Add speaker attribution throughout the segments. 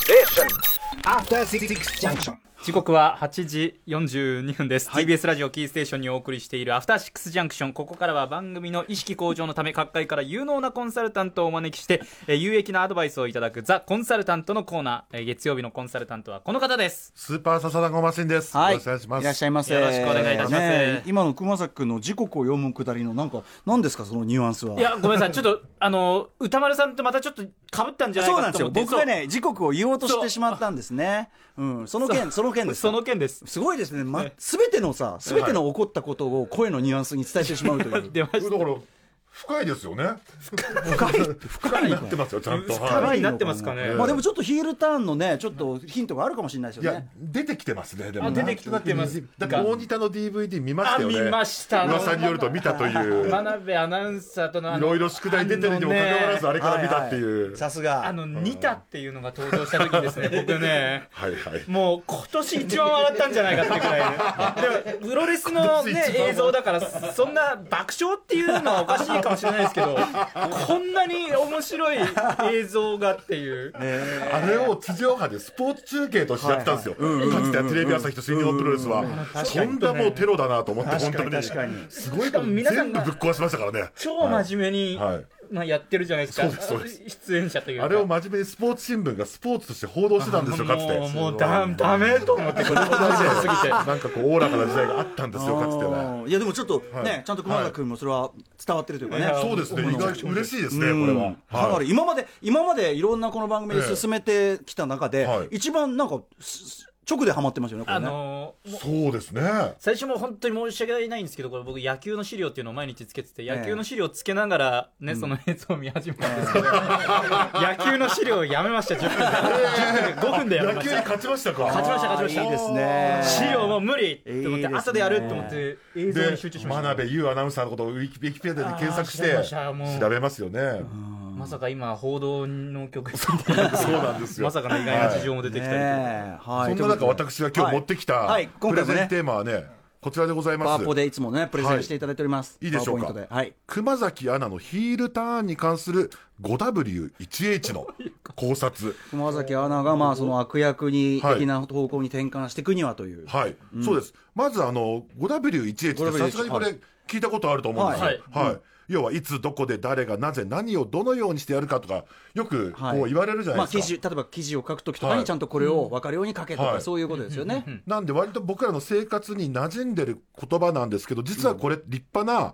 Speaker 1: Station.
Speaker 2: After Six Junction.
Speaker 3: 時刻は8時42分です、
Speaker 4: はい
Speaker 3: TBS ラジオキーステーションにお送りしている「アフターシックスジャンクション」ここからは番組の意識向上のため各界から有能なコンサルタントをお招きして、えー有益なアドバイスをいただく「ザ・コンサルタント」のコーナー、えー月曜日のコンサルタントはこの方です
Speaker 4: スーパーササダゴマシンです。
Speaker 5: はい、
Speaker 4: よろしくお願いします。
Speaker 5: らっしゃいませ。
Speaker 3: よろしくお願いいたします
Speaker 5: え今の熊崎君の時刻を読むくだりの、なんか、なんですか、そのニュアンスは。
Speaker 3: いやごめんなさいちょっとあの歌丸さんとまたちょっとかぶったんじゃない
Speaker 5: そうな
Speaker 3: か
Speaker 5: んです
Speaker 3: と
Speaker 5: よ。
Speaker 3: 思って
Speaker 5: 僕がね、時刻を言おうとしてしまったんですね。うん、その件、その件です。
Speaker 3: その件です
Speaker 5: すごいですね。ま、すべてのさ、すべての起こったことを声のニュアンスに伝えてしまうと いう。
Speaker 3: 出まし
Speaker 4: だから、深いですよね。
Speaker 5: 深い、深い
Speaker 4: な
Speaker 5: の
Speaker 4: っ
Speaker 5: か
Speaker 4: てますよ、ちゃんと。
Speaker 3: 深い
Speaker 4: は
Speaker 3: になってますかね
Speaker 5: まあでもちょっとヒールターンのね、ちょっとヒントがあるかもしれないです
Speaker 4: い
Speaker 5: よ
Speaker 4: や
Speaker 5: ね。、
Speaker 4: 出てきてますね、でも。
Speaker 3: あ出てきてます
Speaker 4: だから、大仁田の DVD 見ましたよね。
Speaker 3: あ見ました
Speaker 4: 噂によると見たという。
Speaker 3: た
Speaker 4: い
Speaker 3: 真鍋アナウンサーとのあの
Speaker 4: ろいろ宿題出てるにもかかわらず、あれから見たっていう。
Speaker 5: さす
Speaker 3: あ
Speaker 5: が。
Speaker 3: の似たっていうのが登場した時にですね僕ね
Speaker 4: はいはい。
Speaker 3: もう今年一番笑ったんじゃないかってくらいでもプロレスの、ね
Speaker 4: 今年一、番
Speaker 3: 映像だからそんな爆笑っていうのはおかしいかもしれないですけどこんなに面白い映像がっていう
Speaker 4: あれを地上波でスポーツ中継としてやってたんですよ。かつてはテレビ朝日と水曜プロレスは。そんなもうテロだなと思って、本当に。
Speaker 5: 確かに。
Speaker 4: すごい
Speaker 3: しかも皆さん
Speaker 4: 全部
Speaker 3: が
Speaker 4: ぶっ壊しましたからね。
Speaker 3: 超真面目に、
Speaker 4: はい
Speaker 3: まあ、やってるじゃないですか
Speaker 4: そうですそうで
Speaker 3: 出演者というか
Speaker 4: あれを真面目にスポーツ新聞がスポーツとして報道してたんですよ、かつて。
Speaker 3: もうもうダダメと思ってこれほどすぎて
Speaker 4: なんかこう、おおらかな時代があったんですよ、かつては。
Speaker 5: いやでもちょっと
Speaker 4: は
Speaker 5: ね
Speaker 4: い、
Speaker 5: ちゃんと熊崎君もそれは伝わってるというかね。
Speaker 3: いや
Speaker 4: そうですね、
Speaker 5: うん
Speaker 4: 意外と嬉しいですね、
Speaker 5: うん
Speaker 4: これは。
Speaker 5: かな
Speaker 4: はい
Speaker 5: り今まで、今までいろんなこの番組で進めてきた中で、
Speaker 4: はい
Speaker 5: 一番なんか、す直でハマってますよね、これ
Speaker 3: あ
Speaker 5: ね。
Speaker 3: のーもう
Speaker 4: そうですね。
Speaker 3: 最初も本当に申し訳ないんですけどこれ僕野球の資料っていうのを毎日つけてて
Speaker 5: え
Speaker 3: 野球の資料つけながらね、その映像を見始めたんですけど、 野球の資料をやめました10分で10分で5分でやめ
Speaker 4: 野
Speaker 3: ま
Speaker 4: 球
Speaker 3: し
Speaker 4: に
Speaker 3: た
Speaker 4: 勝ちましたか
Speaker 3: 勝ちました勝ちました
Speaker 5: いいですね。
Speaker 3: 資料もう無理って思っ
Speaker 5: いい
Speaker 3: て
Speaker 5: ですね
Speaker 3: 後でやると思って映像に集中し
Speaker 4: で、
Speaker 3: まし
Speaker 4: 真
Speaker 3: た
Speaker 4: 鍋優アナウンサーのことをウィキペディアで検索し
Speaker 3: あー調べ
Speaker 4: て
Speaker 3: ましたもう、
Speaker 4: 調べますよね。
Speaker 3: まさか今報道の曲そうなんです
Speaker 4: よ
Speaker 3: まさかの意外な事情も出てきたりとか、
Speaker 5: ねえはい
Speaker 4: そんな中、私が今日持ってきた
Speaker 5: はいはい、
Speaker 4: プ
Speaker 5: 今回
Speaker 4: レ
Speaker 5: もね
Speaker 4: ゼンテーマはね、こちらでござい
Speaker 5: パ
Speaker 4: ま
Speaker 5: ワ
Speaker 4: す
Speaker 5: ー。ポでいつもね、プレゼンしていただいております。
Speaker 4: いいでしょうか
Speaker 5: パワーポイントで。はい。
Speaker 4: 熊崎アナのヒールターンに関する 5W1H の考察。
Speaker 5: 熊崎アナが、まあ、その悪役に、
Speaker 4: はい
Speaker 5: 的な方向に転換していくにはという。
Speaker 4: はい、そうです。まずあの 5W1H って
Speaker 5: 5W1H
Speaker 4: さすがにこれ聞いたことあると思うんですよ。
Speaker 3: は
Speaker 4: はいい。要はいつどこで誰がなぜ何をどのようにしてやるかとかよく
Speaker 5: はい
Speaker 4: こう言われるじゃな
Speaker 5: ま
Speaker 4: い
Speaker 5: あ、
Speaker 4: ですか。
Speaker 5: 記事、例えば記事を書くときとか
Speaker 4: は
Speaker 5: に
Speaker 4: い
Speaker 5: ちゃんとこれを分かるように書けとか、
Speaker 4: はい
Speaker 5: そういうことですよね。
Speaker 4: なんで割と僕らの生活に馴染んでる言葉なんですけど実はこれ立派な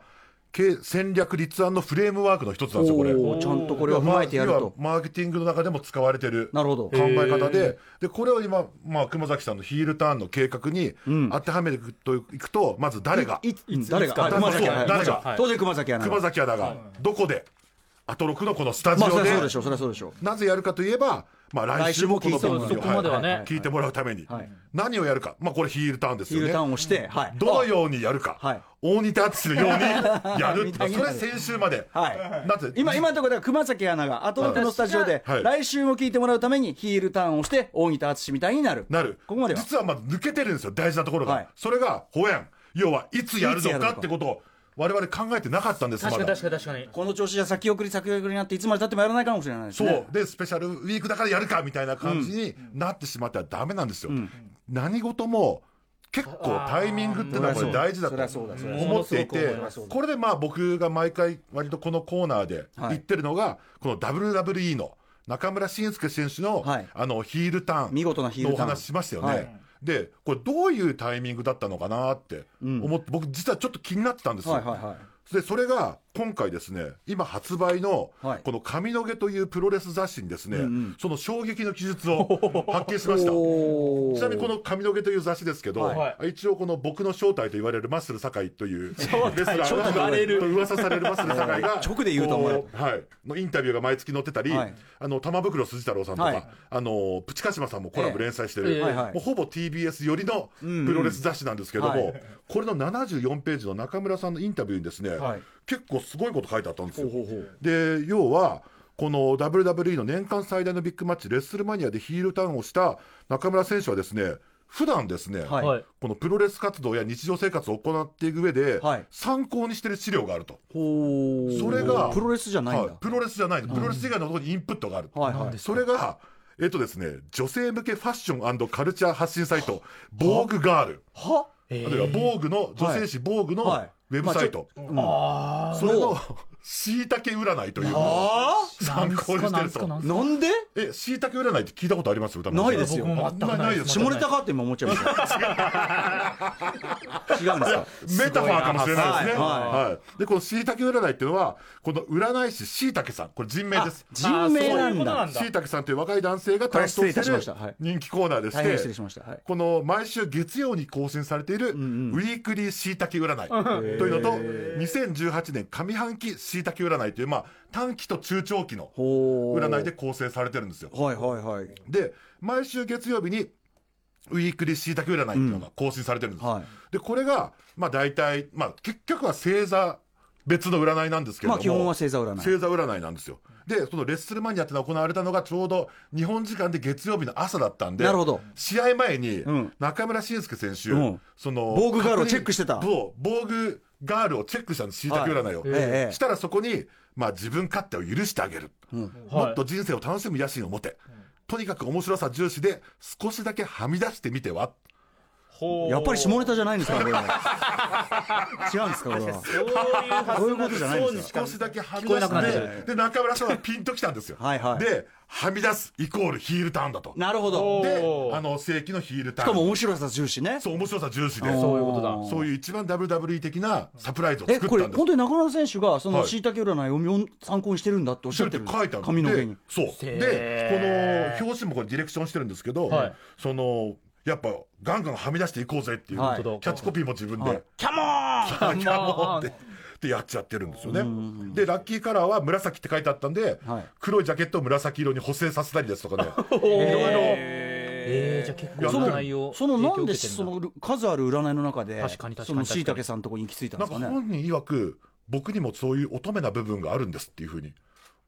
Speaker 4: 経戦略立案のフレームワークの一つなんですよこれ。
Speaker 5: おーちゃんとこれを踏まえてやる
Speaker 4: 要は
Speaker 5: と。
Speaker 4: マーケティングの中でも使われてる。
Speaker 5: なるほど
Speaker 4: 考。え方ででこれを今、まあ、熊崎さんのヒールターンの計画に当てはめていくと,、いくとまず誰が
Speaker 5: いうん誰
Speaker 4: い
Speaker 5: が、
Speaker 4: つ
Speaker 5: 熊崎ア
Speaker 4: そ
Speaker 5: ナ
Speaker 4: う誰が
Speaker 5: はい当然熊崎アナが。
Speaker 4: 熊崎アナがどこでアトロクのこのスタジ
Speaker 5: まあ、そ
Speaker 4: オ
Speaker 5: り
Speaker 4: で
Speaker 5: ゃそうでしょう、そりゃそうでしょう。
Speaker 4: なぜやるかといえば、まあ、来週もこの
Speaker 5: 来週
Speaker 4: 番
Speaker 5: も
Speaker 4: 組を
Speaker 5: 聞いてもらうそこまではね
Speaker 4: い聞いてもらうために、
Speaker 5: はい
Speaker 4: 何をやるか、まあ、これヒールターンです
Speaker 5: ヒー
Speaker 4: よ
Speaker 5: ルター
Speaker 4: ね
Speaker 5: ンをして、はい。
Speaker 4: どのようにやるか、
Speaker 5: はい
Speaker 4: 大仁田淳のようにや る
Speaker 5: 見たい
Speaker 4: それ先週まで、
Speaker 5: はい
Speaker 4: なぜ
Speaker 5: 今、今のところでは熊崎アナが、後のこのスタジオで、
Speaker 4: はい
Speaker 5: 来週も聞いてもらうためにヒールターンをして、大仁田淳みたいになる。
Speaker 4: なる
Speaker 5: ここまでは。
Speaker 4: 実はまず抜けてるんですよ大事なところが、
Speaker 5: はい
Speaker 4: それが保演要はいつやる
Speaker 5: いつや
Speaker 4: の
Speaker 5: るの
Speaker 4: か
Speaker 5: か
Speaker 4: ってことを我々考えてなかったんですま
Speaker 3: 確かに
Speaker 4: だ
Speaker 3: 確かに確かに
Speaker 5: この調子じゃ先送り先送りになって、いつまでたってもやらないかもしれないです
Speaker 4: そう、
Speaker 5: ね。
Speaker 4: でスペシャルウィークだからやるかみたいな感じになってしまったらダメなんですよ、何事も結構タイミングっていうのはこれ大事だ
Speaker 5: そりゃ
Speaker 4: と
Speaker 5: そうだ、そりゃそうだ。
Speaker 4: 思って
Speaker 3: ものすご
Speaker 4: い
Speaker 3: く
Speaker 4: て
Speaker 3: 思います
Speaker 4: これでまあ僕が毎回割とこのコーナーで言ってるのが、この WWE の中村俊輔選手の,、
Speaker 5: はい
Speaker 4: あのヒールターン
Speaker 5: 見事なヒール
Speaker 4: のお
Speaker 5: ターン
Speaker 4: 話しましたよね、
Speaker 5: はい
Speaker 4: でこれどういうタイミングだったのかなって思って、僕実はちょっと気になってたんですよ、
Speaker 5: はいはいはい。
Speaker 4: でそれが今回ですね今発売の
Speaker 5: はい
Speaker 4: この「髪の毛」というプロレス雑誌にですね、その衝撃の記述を発見しました
Speaker 5: おー
Speaker 4: ちなみにこの「髪の毛」という雑誌ですけど、
Speaker 3: は
Speaker 4: 一応この僕の正体と言われるマッスル酒井というレスラー
Speaker 3: 言わ
Speaker 4: が
Speaker 3: れる
Speaker 4: と噂されるマッスル酒井 が
Speaker 5: 直で言うと思う
Speaker 4: こはい、のインタビューが毎月載ってたり、
Speaker 5: はい
Speaker 4: あの玉袋筋太郎さんとか、
Speaker 5: はい
Speaker 4: あのプチカシマさんもコラボ連載してる、
Speaker 3: ええ
Speaker 5: はいはい
Speaker 4: もうほぼ TBS 寄りのプロレス雑誌なんですけども、
Speaker 5: うんうんは
Speaker 4: これの74ページの中村さんのインタビューにですね、
Speaker 5: はい
Speaker 4: 結構すごいこと書いてあったんですよ。
Speaker 5: ほうほう
Speaker 4: で要はこの WWE の年間最大のビッグマッチレッスルマニアでヒールターンをした中村選手はですね普段ですね、
Speaker 5: はい
Speaker 3: はい
Speaker 4: このプロレス活動や日常生活を行っていく上で、
Speaker 5: はい
Speaker 4: 参考にしてる資料があると、
Speaker 5: ほう
Speaker 4: それが
Speaker 5: プロレスじゃないんだ。
Speaker 4: はいプロレスじゃないプロレス以外のところにインプットがある、
Speaker 5: はいはい
Speaker 4: それがえっとですね、女性向けファッションカルチャー発信サイト、ボーグガール。
Speaker 5: は
Speaker 4: あるいは、ボーグの、女性誌ボーグの
Speaker 5: はい
Speaker 4: ウェブサイト。
Speaker 5: あ
Speaker 4: それの、しいたけ占いというのを
Speaker 5: あ
Speaker 4: 参考にしてると。
Speaker 5: ー なんで
Speaker 4: え、しいたけ占いって聞いたことあります歌丸さん
Speaker 5: ないですよ
Speaker 4: あんまりないです
Speaker 5: 下ネタかって今思っちゃいま した違うんですか
Speaker 4: メタファーかもしれないですね。
Speaker 5: すごいな
Speaker 4: はいはい。で、このしいたけ占いっていうのは、この占い師しいたけさん、これ人名です。
Speaker 5: 人命なんだ
Speaker 4: しいたけさんという若い男性が担当
Speaker 5: これ失礼いた
Speaker 4: す
Speaker 5: しましたは
Speaker 4: る
Speaker 5: い
Speaker 4: 人気コーナーでし
Speaker 5: 大変失礼
Speaker 4: て
Speaker 5: し、ましたはい
Speaker 4: この毎週月曜に更新されているウ
Speaker 5: んうん
Speaker 4: ィークリーしいたけ占いというのと、2018年上半期しいたけ占いという、まあ、短期と中長期の
Speaker 5: ほー
Speaker 4: 占いで構成されてるんですよ。
Speaker 5: はいはいはい
Speaker 4: で、毎週月曜日に、ウィークリーしいたけ占いっていうのが更新されてるんです。
Speaker 5: は
Speaker 4: で、これが、まあ大体、まあ結局は星座別の占いなんですけ
Speaker 5: い
Speaker 4: れど
Speaker 5: ま
Speaker 4: も、
Speaker 5: あ基本は星座占い
Speaker 4: 星座占いなんですよ。で、そのレッスルマニアってのは行われたのがちょうど日本時間で月曜日の朝だったんで、
Speaker 5: なるほど
Speaker 4: 試合前に
Speaker 5: ん
Speaker 4: 中村俊輔選手、
Speaker 5: うん
Speaker 4: その、
Speaker 5: 防具ガールをチェックしてた
Speaker 4: そう、防具ガールをチェックしたんです、しいたけ占いを。
Speaker 5: ええええ
Speaker 4: したらそこに、まあ自分勝手を許してあげる。もっと人生を楽しむ野心を持て。とにかく面白さ重視で少しだけはみ出してみては。
Speaker 5: やっぱり下ネタじゃないんですかこれは 違うんですかこれは
Speaker 3: そういう発
Speaker 5: そういうことじゃないんですよ
Speaker 4: 少しだけは
Speaker 3: 聞
Speaker 4: み
Speaker 3: こ
Speaker 4: 出
Speaker 3: えなく
Speaker 4: し
Speaker 3: なってちゃう
Speaker 4: で中村さんはピンときたんですよ
Speaker 5: はいはい
Speaker 4: ではみ出すイコールヒールターンだと
Speaker 5: なるほど
Speaker 4: で
Speaker 3: おー
Speaker 4: あの正規のヒールター
Speaker 5: しか
Speaker 4: ン
Speaker 5: も面白さ重視ね
Speaker 4: そう面白さ重視で
Speaker 5: おー
Speaker 4: そう
Speaker 3: いうことだ
Speaker 4: そういう一番 WWE 的なサプライズを
Speaker 5: え
Speaker 4: 作
Speaker 5: こ
Speaker 4: っ
Speaker 5: れ
Speaker 4: たんです
Speaker 5: 本当に中村選手がその
Speaker 4: はい
Speaker 5: しいたけ占いを読み参考にしてるんだっておっしゃってる
Speaker 4: 書いてある
Speaker 5: 紙の上に
Speaker 4: でそう
Speaker 3: へー
Speaker 4: でこの表紙もこれディレクションしてるんですけど、
Speaker 3: はい
Speaker 4: そのやっぱガンガンはみ出していこうぜっていう、
Speaker 5: は
Speaker 4: キ
Speaker 5: い
Speaker 4: ャッチコピーも自分で、
Speaker 5: キャモーン
Speaker 4: あキャモンってってやっちゃってるんですよね。で、ラッキーカラーは紫って書いてあったんで、
Speaker 5: はい
Speaker 4: 黒いジャケットを紫色に補正させたりですとかね。
Speaker 3: えー、じゃあ結
Speaker 4: いや
Speaker 3: 構
Speaker 4: でも
Speaker 3: 占いを
Speaker 5: そのなん
Speaker 3: 影響受
Speaker 5: で
Speaker 3: けてんだ
Speaker 5: その数ある占いの中で
Speaker 3: 確かに確かに
Speaker 5: そのしいたけさんのとこに行き着いたん
Speaker 4: な
Speaker 5: で
Speaker 4: ん
Speaker 5: す
Speaker 4: か
Speaker 5: かね
Speaker 4: 本人曰く、僕にもそういう乙女な部分があるんですっていうふうに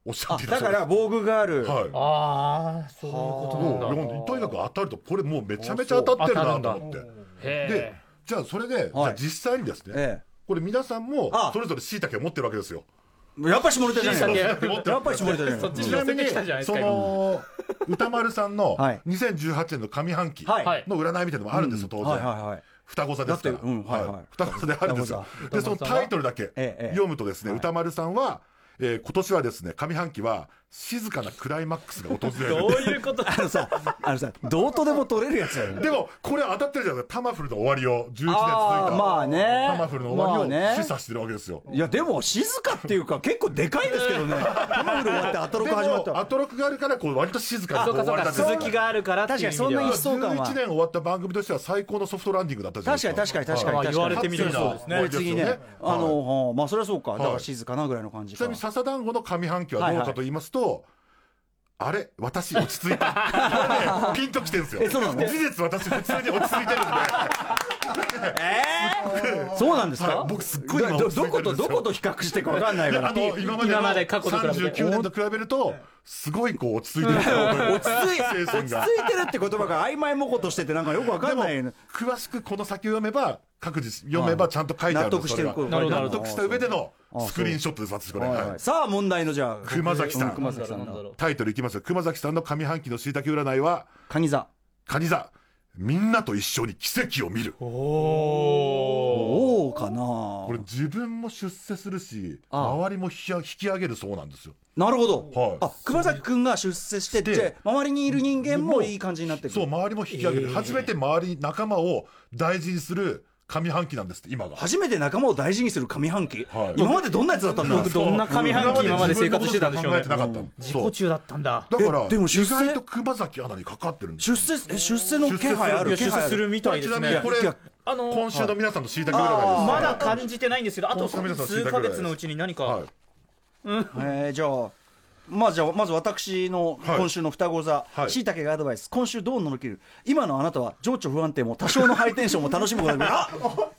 Speaker 4: おっしゃ
Speaker 5: あ
Speaker 4: っていた
Speaker 5: だ
Speaker 4: そうで
Speaker 5: か
Speaker 4: す
Speaker 5: ら防具ガール
Speaker 4: はい。も
Speaker 3: ああそういうこと
Speaker 4: う
Speaker 3: なんだ
Speaker 4: 読んでとにかく当たると、これもうめちゃめちゃ当たってるなと思って。で
Speaker 3: へ、
Speaker 4: じゃあそれで、
Speaker 5: はい
Speaker 4: じゃあ実際にですね、
Speaker 5: え
Speaker 4: これ皆さんも
Speaker 5: あ
Speaker 4: それぞれ椎茸を持ってるわけですよ。
Speaker 5: えやっぱり下ネタじゃない
Speaker 3: 椎
Speaker 5: や
Speaker 3: 茸
Speaker 5: っぱり下ネタじゃ
Speaker 3: そっ
Speaker 5: な
Speaker 3: ち
Speaker 5: い
Speaker 4: ちなみに
Speaker 3: 寄せてきたじゃない、です
Speaker 4: そ
Speaker 3: か
Speaker 4: の、歌丸さんの
Speaker 5: はい
Speaker 4: 2018年の上半期
Speaker 5: はい
Speaker 3: はい
Speaker 4: の占いみたいなのもあるんですよ、当
Speaker 5: はいはい
Speaker 4: 然。
Speaker 5: はい
Speaker 4: 双子座ですから。
Speaker 5: だってうんはいはい
Speaker 4: 双子座であるんですよ。で、そのタイトルだけ
Speaker 5: ええ
Speaker 4: 読むとですね、歌丸さんは、えー今年はですね、上半期は静かなクライマックスが訪れ
Speaker 3: どう
Speaker 4: る。
Speaker 3: いうこと
Speaker 5: あのさあのさどうとでも取れるやつだよね
Speaker 4: でも、これ当たってるじゃないですか。タマフルの終わりを、11年続い
Speaker 5: あ
Speaker 4: た。
Speaker 5: ーまあね
Speaker 4: タマフルの終わりを示唆してるわけですよ。
Speaker 5: いやでも静かっていうか結構でかいですけどね玉振り終わってアトロ
Speaker 4: で
Speaker 5: ク始まった
Speaker 4: も、アトロクがあるから、こう、割と静かに
Speaker 3: そ
Speaker 4: こ
Speaker 3: うか
Speaker 4: う終
Speaker 3: そう
Speaker 4: われた
Speaker 3: か
Speaker 4: んですよ
Speaker 3: 続きがあるからっていう意味では
Speaker 5: 確かにそんな
Speaker 4: 11
Speaker 5: に
Speaker 4: 年終わった番組としては最高のソフトランディングだったじゃない
Speaker 5: 確
Speaker 4: です
Speaker 5: か
Speaker 4: か。
Speaker 5: に確かに
Speaker 3: あ
Speaker 5: 確かに確かに
Speaker 3: 言われてみればそうですね
Speaker 5: これ次ね、
Speaker 4: ですよね
Speaker 5: あの、はあまあそれはそうか、だか
Speaker 4: は
Speaker 5: ら
Speaker 4: い
Speaker 5: 静かなぐらいの感じ
Speaker 4: ち
Speaker 5: か
Speaker 4: なみに笹団子の上半期はどうかと言いますと、あれ私落ち着いた。これねピンときてるんですよ。
Speaker 5: えそうなの
Speaker 4: 事実私普通に落ち着いてるん
Speaker 5: そうなんです
Speaker 4: で、
Speaker 5: か
Speaker 4: はい、僕すっごい今
Speaker 5: ど
Speaker 4: 落ち着
Speaker 5: ど
Speaker 4: いてるんで
Speaker 5: こと
Speaker 4: す
Speaker 5: ど
Speaker 4: よ。
Speaker 5: こと比較していいか分かんないか
Speaker 4: あ
Speaker 5: ら
Speaker 4: の今まで
Speaker 3: 今まで
Speaker 4: の
Speaker 3: 過去と比べて
Speaker 4: 39年と比べるとすごいこう落ち着いてると思います
Speaker 5: 落ち着い
Speaker 4: 精
Speaker 5: 落
Speaker 4: 神
Speaker 5: ち
Speaker 4: が
Speaker 5: 着いてるって言葉が曖昧もことしててなんかよく分かん ないよね
Speaker 4: 詳しくこの先を読めば各自読めばちゃんと書いてあるん
Speaker 5: 納
Speaker 4: で
Speaker 5: 得
Speaker 4: す
Speaker 5: してる
Speaker 4: それが
Speaker 5: な
Speaker 3: るほどなる
Speaker 4: 納
Speaker 3: ほど
Speaker 4: 得した上でのスクリーンショットです私これ、
Speaker 5: はい
Speaker 4: は
Speaker 5: はいい、さあ問題のじゃあ
Speaker 4: 熊崎さん
Speaker 5: う熊崎さ
Speaker 3: なん
Speaker 5: ん
Speaker 3: だ
Speaker 5: の
Speaker 3: ろう
Speaker 4: タイトルいきますよ熊崎さんの上半期のしいたけ占いは
Speaker 5: カニ座
Speaker 4: 「カニ座みんなと一緒に奇跡を見る」
Speaker 5: おおかな
Speaker 4: これ自分も出世するし
Speaker 5: ああ
Speaker 4: 周りも引き上引き上げるそうなんですよ
Speaker 5: なるほど、
Speaker 4: はい
Speaker 5: あ熊崎君が出世して
Speaker 4: で
Speaker 5: って周りにいる人間もいい感じになってく
Speaker 4: そう
Speaker 5: る
Speaker 4: 周りも引き上げる、初めて周り仲間を大事にする上半期なんですって今が
Speaker 5: 初めて仲間を大事にする上半期、
Speaker 4: はい
Speaker 5: 今までどんなやつだったんだ
Speaker 3: 僕どんな上半期今まで生活してたんでしょうね
Speaker 4: 自分のことしか考えてなかった
Speaker 3: 自己中だったんだ
Speaker 4: そうだから
Speaker 5: えでも出世
Speaker 4: 意外と熊崎アナにかかってるんです
Speaker 5: 出世え出世の気配あ
Speaker 3: い
Speaker 5: る
Speaker 3: や
Speaker 5: 気
Speaker 3: 出
Speaker 5: 配
Speaker 3: 世
Speaker 5: あ
Speaker 3: す
Speaker 5: る
Speaker 3: るみたいで
Speaker 4: ちな
Speaker 3: す
Speaker 4: みに
Speaker 3: ね
Speaker 4: これ
Speaker 5: いや
Speaker 3: あの
Speaker 4: 今週の皆さんのしいたけ占
Speaker 5: あ
Speaker 4: いです
Speaker 3: まだ感じてないんですけどあと数ヶ月のうちに何
Speaker 4: は
Speaker 3: か
Speaker 5: えー、じゃあまあじゃあまず私の
Speaker 4: はい
Speaker 5: 今週の双子座
Speaker 4: はい
Speaker 5: しいたけがアドバイス今週どう乗り切る今のあなたは情緒不安定も多少のハイテンションも楽しむことができるあ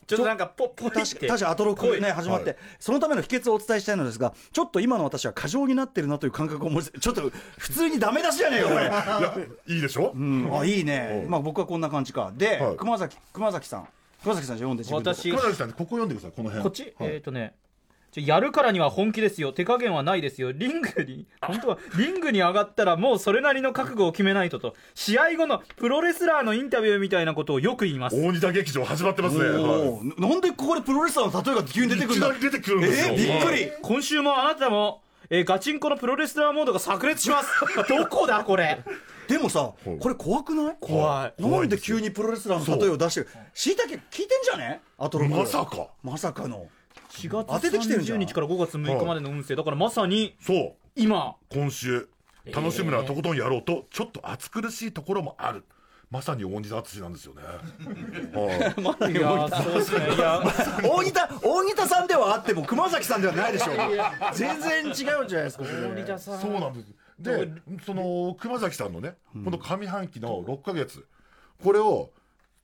Speaker 3: ちょっとなんかポッポッっ
Speaker 5: 確か
Speaker 3: て
Speaker 5: 確かアトロクね
Speaker 3: 声
Speaker 5: 始まって、
Speaker 4: は
Speaker 5: そのための秘訣をお伝えしたいのですがちょっと今の私は過剰になってるなという感覚を持ちちょっと普通にダメ出しじゃねえよこ れ、
Speaker 4: い、いやいいでしょ、
Speaker 5: うん、あいいね、まあ、僕はこんな感じかで、
Speaker 4: はい
Speaker 5: 熊崎熊崎さん熊崎さんじゃあ読んで自分の
Speaker 3: 私
Speaker 4: 熊崎さんここ読んでくださいこの辺
Speaker 3: こっち
Speaker 4: はい
Speaker 3: えっとねちょやるからには本気ですよ手加減はないですよリングに本当はリングに上がったらもうそれなりの覚悟を決めないとと試合後のプロレスラーのインタビューみたいなことをよく言います
Speaker 4: 大仁田劇場始まってますね。
Speaker 5: お
Speaker 4: は
Speaker 5: ーななんでここでプロレスラーの例えが急に
Speaker 4: い
Speaker 5: 出てくる
Speaker 4: いき
Speaker 5: んだ
Speaker 4: なり出てくるんですよ。
Speaker 5: えーびっくり
Speaker 3: 今週もあなたも、えーガチンコのプロレスラーモードが炸裂し ますどこだこれ
Speaker 5: でもさこれ怖くない
Speaker 3: 怖い
Speaker 5: なんで急にプロレスラーの例えを出してしいたけ聞いてんじゃねアトロク
Speaker 4: まさか
Speaker 5: まさかの
Speaker 3: 4月
Speaker 5: 当ててきてるじゃ
Speaker 3: 30
Speaker 5: ん
Speaker 3: 日から5月6日までの運勢だからまさに
Speaker 4: そう。
Speaker 3: 今
Speaker 4: 今週楽しむのはとことんやろうと、ちょっと暑苦しいところもあるまさに大西敦なんです よねはい
Speaker 3: いやーそうですねいや
Speaker 5: 大仁田大仁田さんではあっても熊崎さんではないでしょう全然違うんじゃないですかそれ
Speaker 3: 森田さん
Speaker 4: そうなんですでその熊崎さんのねこの上半期の6ヶ月これを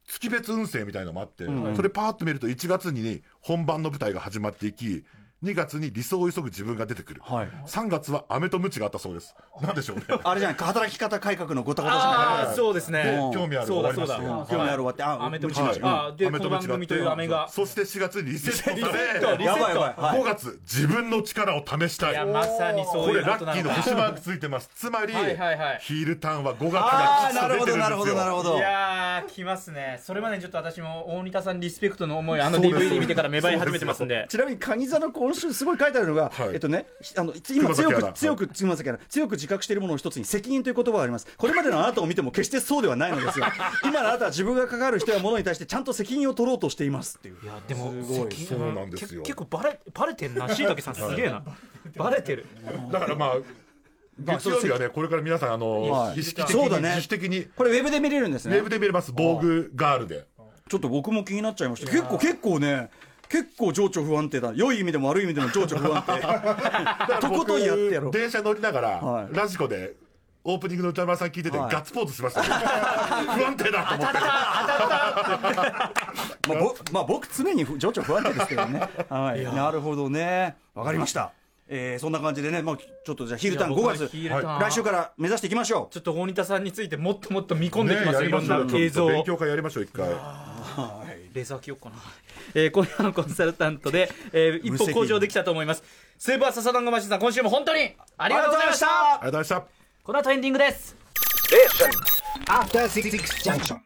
Speaker 4: 月別運勢みたいなのもあって、それパーッと見ると1月に本番の舞台が始まっていき2月に理想を急ぐ自分が出てくる、
Speaker 5: はい
Speaker 4: 3月は飴とムチがあったそうですなんでしょう ね
Speaker 5: あれじゃない働き方改革のごたごたじゃ
Speaker 3: ああそうですね
Speaker 5: うん
Speaker 4: 興味ある終わりました
Speaker 3: そうだそうだ
Speaker 4: よ
Speaker 5: ない興味あるわってあ
Speaker 3: アメとムチ
Speaker 4: は
Speaker 3: ム
Speaker 4: い
Speaker 3: チあーでこの番組というアメが
Speaker 4: そして4月にリセットされ
Speaker 3: リセット
Speaker 5: やばいやばいはい
Speaker 4: 5月自分の力を試した
Speaker 3: いや
Speaker 4: い
Speaker 3: まさにそ
Speaker 4: こ
Speaker 3: うい
Speaker 4: れ
Speaker 3: うこ
Speaker 4: ラ
Speaker 3: とな
Speaker 4: ッキー
Speaker 3: の
Speaker 4: の星
Speaker 3: か
Speaker 4: マークついてますつまりヒ
Speaker 3: はいはいはい
Speaker 4: ールターンは5月
Speaker 5: あ
Speaker 4: が
Speaker 5: あ
Speaker 4: きっ
Speaker 5: な
Speaker 4: と
Speaker 5: る
Speaker 4: 出
Speaker 5: ほ
Speaker 4: て
Speaker 5: どなる
Speaker 4: るん
Speaker 5: ほ
Speaker 4: です
Speaker 5: どなる
Speaker 4: よ
Speaker 5: ほど
Speaker 3: いやー来ますねそれまでにちょっと私も大仁田さんリスペクトの思いあの
Speaker 4: そうです
Speaker 3: DVD 見てから芽生え始めてますんで
Speaker 5: ちなみに蟹座の今週すごい書いてあるのが、
Speaker 4: はい
Speaker 5: えっとね、ひあの今
Speaker 4: 熊
Speaker 5: 強
Speaker 4: 崎アナ
Speaker 5: く強く強く強く自覚しているものを一つに責任という言葉があります。これまでのあなたを見ても決してそうではない のですが、今のあなたは自分が関わる人やものに対してちゃんと責任を取ろうとしていますっていう。
Speaker 3: いやでも責任
Speaker 4: そうなんですよ
Speaker 3: け結構バレバレてんなしいたけさんすげえなバレてる
Speaker 4: だからまあ月曜日はねこれから皆さんあの
Speaker 5: はい
Speaker 4: 意識的
Speaker 5: そうだ
Speaker 4: に
Speaker 5: ね
Speaker 4: 自主的に
Speaker 5: これウェブで見れるんです
Speaker 4: ウ
Speaker 5: ね
Speaker 4: ェブ。で見れます防具ガールで
Speaker 5: ちょっと僕も気になっちゃいました。結構結構ね、結構情緒不安定だ。良い意味でも悪い意味でも情緒不 安定。とことんやってやろう
Speaker 4: 僕電車乗りながら
Speaker 5: はい
Speaker 4: ラジコでオープニングの歌丸さん聞いてて
Speaker 5: は
Speaker 4: ガッ
Speaker 5: い
Speaker 4: ツポーズしま したよ不安定だと思って
Speaker 5: まあ、ぼまあ僕常に情緒不安定ですけ どねはいなるほどねわかりましたえー、そんな感じでね、まあ、ちょっとじゃあヒルターン
Speaker 3: いや僕は
Speaker 5: 5
Speaker 3: ヒルターン
Speaker 5: 月来週から目指していきましょ
Speaker 3: ちょっと大仁田さんについてもっともっと見込んでき
Speaker 4: ね
Speaker 3: ますよ、
Speaker 4: やり
Speaker 3: いろ
Speaker 4: ま
Speaker 3: ん
Speaker 4: しょ
Speaker 3: な
Speaker 4: う
Speaker 3: 映
Speaker 4: ち
Speaker 3: 像を
Speaker 4: ょっと勉強会やりましょう一回
Speaker 3: レーザー着ようかな、えー、今夜のコンサルタントで、えー、一歩向上できたと思いますスーパーササダンゴマシンさん今週も本当にありがとうございました
Speaker 5: ありがとうございました
Speaker 4: ありがとうご
Speaker 3: こ
Speaker 4: ざいました
Speaker 3: の後エンディングです
Speaker 2: After Six Junction.